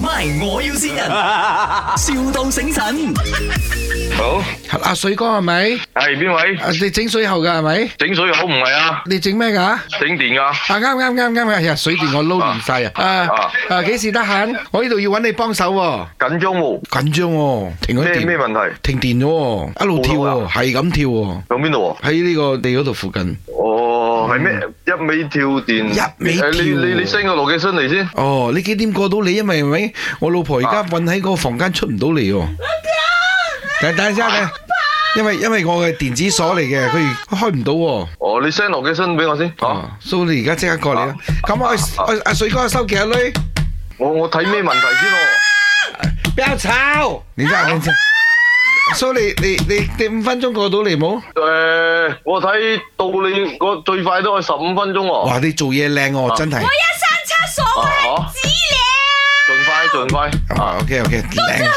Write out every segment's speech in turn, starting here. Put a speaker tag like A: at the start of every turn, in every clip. A: My，我要先人，, 笑到醒神。
B: 好，
C: 阿水哥係咪？
B: 系邊位？
C: 啊你整水喉㗎係咪？
B: 整水好唔係啊？
C: 你整咩㗎？啊
B: 整電噶？
C: 啱啱啱啱啊！呀，水電我撈亂晒啊！啊啊幾時得閒？我呢度要揾你幫手喎，
B: 緊張喎，
C: 緊張喎，停咗
B: 咩咩
C: 電，
B: 問題？
C: 停電咗喎，一路跳
B: 冇
C: 喎，
B: 啦
C: 係咁跳喎，
B: 響邊度喎？
C: 喺呢個地嗰度附近。
B: 哦，係咩？一味跳電，
C: 一
B: 誒你
C: 味跳
B: 你你 send 個 location 嚟先。
C: 哦，你幾點過到你？因為咪我老婆而家
B: 啊
C: 困喺個房間出唔到嚟喎。等等一下咧，因為因為我嘅電子鎖嚟嘅，佢開唔到喎。
B: 哦，你 send location 俾我先。啊，
C: 哦，所以你而家即刻過嚟啦。咁我阿阿水哥收幾多女？
B: 我我睇咩問題先咯？
C: 不要吵！你真係認 真。所以你你你你五分鐘過到嚟冇？
B: 誒，我睇到你我最快都係十五分鐘喎。
C: 哇！你做嘢靚喎，真係。
D: 我要上厕
B: Ờ,
D: 所，我很急咧。
B: 盡快盡快。啊！
C: OK OK，靚。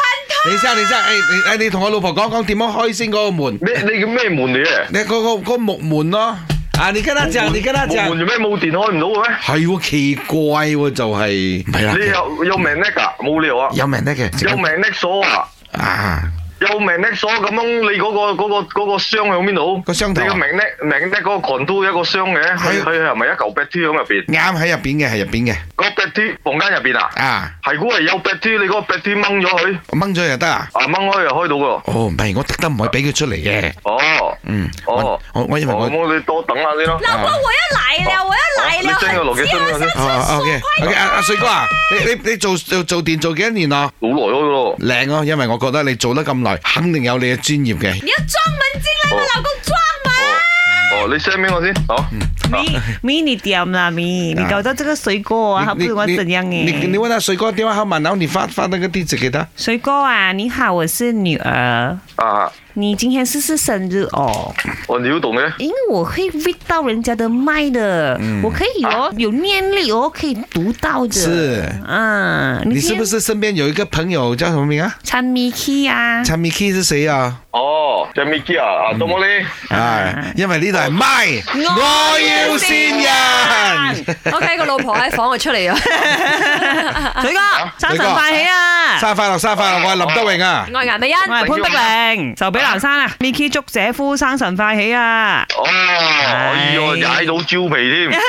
C: 你先，你先，誒你誒你同我老婆講講點樣開先嗰個門。
B: 咩？你叫咩門嚟嘅？
C: 你嗰個嗰個木門咯。啊！你跟他講，你跟他
B: 門
C: 講。
B: 做咩冇電開唔到嘅咩？
C: 係喎，奇怪喎，就係唔係啦
B: 你有有命叻噶？冇理由啊！
C: 有名得嘅，
B: 有命叻鎖啊！
C: 啊！
B: 有命叻鎖咁樣，你嗰、個嗰、個嗰、個箱響邊度？
C: 個箱頭啊
B: 你個命叻命叻嗰個 c 都有一個箱嘅，佢
C: 係
B: 佢係咪一嚿 battery 響入邊？
C: 啱喺入邊嘅，係入邊嘅
B: 個 battery 房間入邊啊？
C: 啊！
B: 係估係有 battery，你嗰個 battery 掹咗佢，
C: 掹咗就得啊！
B: 啊掹開就開到噶。
C: 哦，唔係，我特登唔可以俾佢出嚟嘅。
B: 哦，
C: 嗯，
B: 哦
C: 我，我我因為
B: 哦
C: 我
B: 咁我哋多等下先咯。
D: 老婆，我要来了，我要来了，很急，我要上厕
C: 哦
D: 所，
C: ，OK
D: 快
C: OK，阿阿水哥啊，你你你做做做電做幾多年啊？
B: 好耐咗咯。
C: 靚咯，因為我覺得你做得咁耐，肯定有你嘅專業嘅。
D: 你要装门进来，我老公装门。
B: 哦，你 send 俾我先，好。
E: 咪咪你点啦咪，你搞到这个水果啊，还不
C: 你
E: 如我
C: 你
E: 怎样
C: 你你你
E: 诶？
C: 問下水哥電話號碼，然後你發發那個地址給他。
E: 水果啊，你好，我是女儿，
B: 啊，
E: 你今天是是生日哦，
B: 我你都懂嘅。
E: 因为我会 read 到人家的麦的，我可以哦，有念力哦，可以读到的。
C: 是，
E: 嗯，
C: 你是不是
E: 是
C: 身邊有一個朋友叫什麼名啊？
E: 参米奇啊？
C: 陳米 key 是誰啊？
B: 哦，就 Ờ, Mickey à? 啊，啊，多冇你。
C: 啊，因為呢度係咪，我要善人，
F: 我計個老婆喺房度出嚟啊！
E: 水哥，生
C: 水
E: 辰
C: 哥
E: 快喜啊！
C: 生日快樂，生日快樂，我係林德榮啊。
F: 我係顏美欣，
E: 我系潘碧玲，壽比南山啊，Miki 祝姐夫生辰快喜啊！
B: 哦，哎呀，踩到蕉皮添。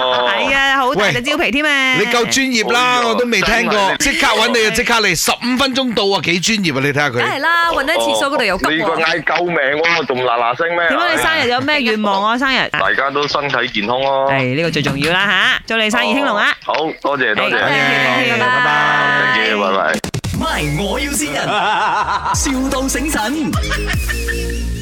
B: 哦
E: 系啊，好大
C: 哎喂
E: 隻蕉皮添啊！
C: 你夠專業啦，
B: 哎好嘢
C: 我都未聽過，即
B: 真係
C: 刻揾你啊，即刻嚟，十五分鐘到啊，幾專業啊！你睇下
F: 梗
C: 佢
F: 係，啦，搵喺廁所嗰度又急
B: 你個
F: 喎。
B: 嗌救命喎，仲嗱嗱聲咩？
E: 點解你生日有咩願望啊？生 日
B: 大家都身體健康咯。
E: 係呢個最重要啦吓！祝你生意興隆啊！
B: 好多謝多謝，
F: 哦
E: 係
F: 拜拜。
B: thank you，拜拜。
A: My，我要先人，,笑到醒神。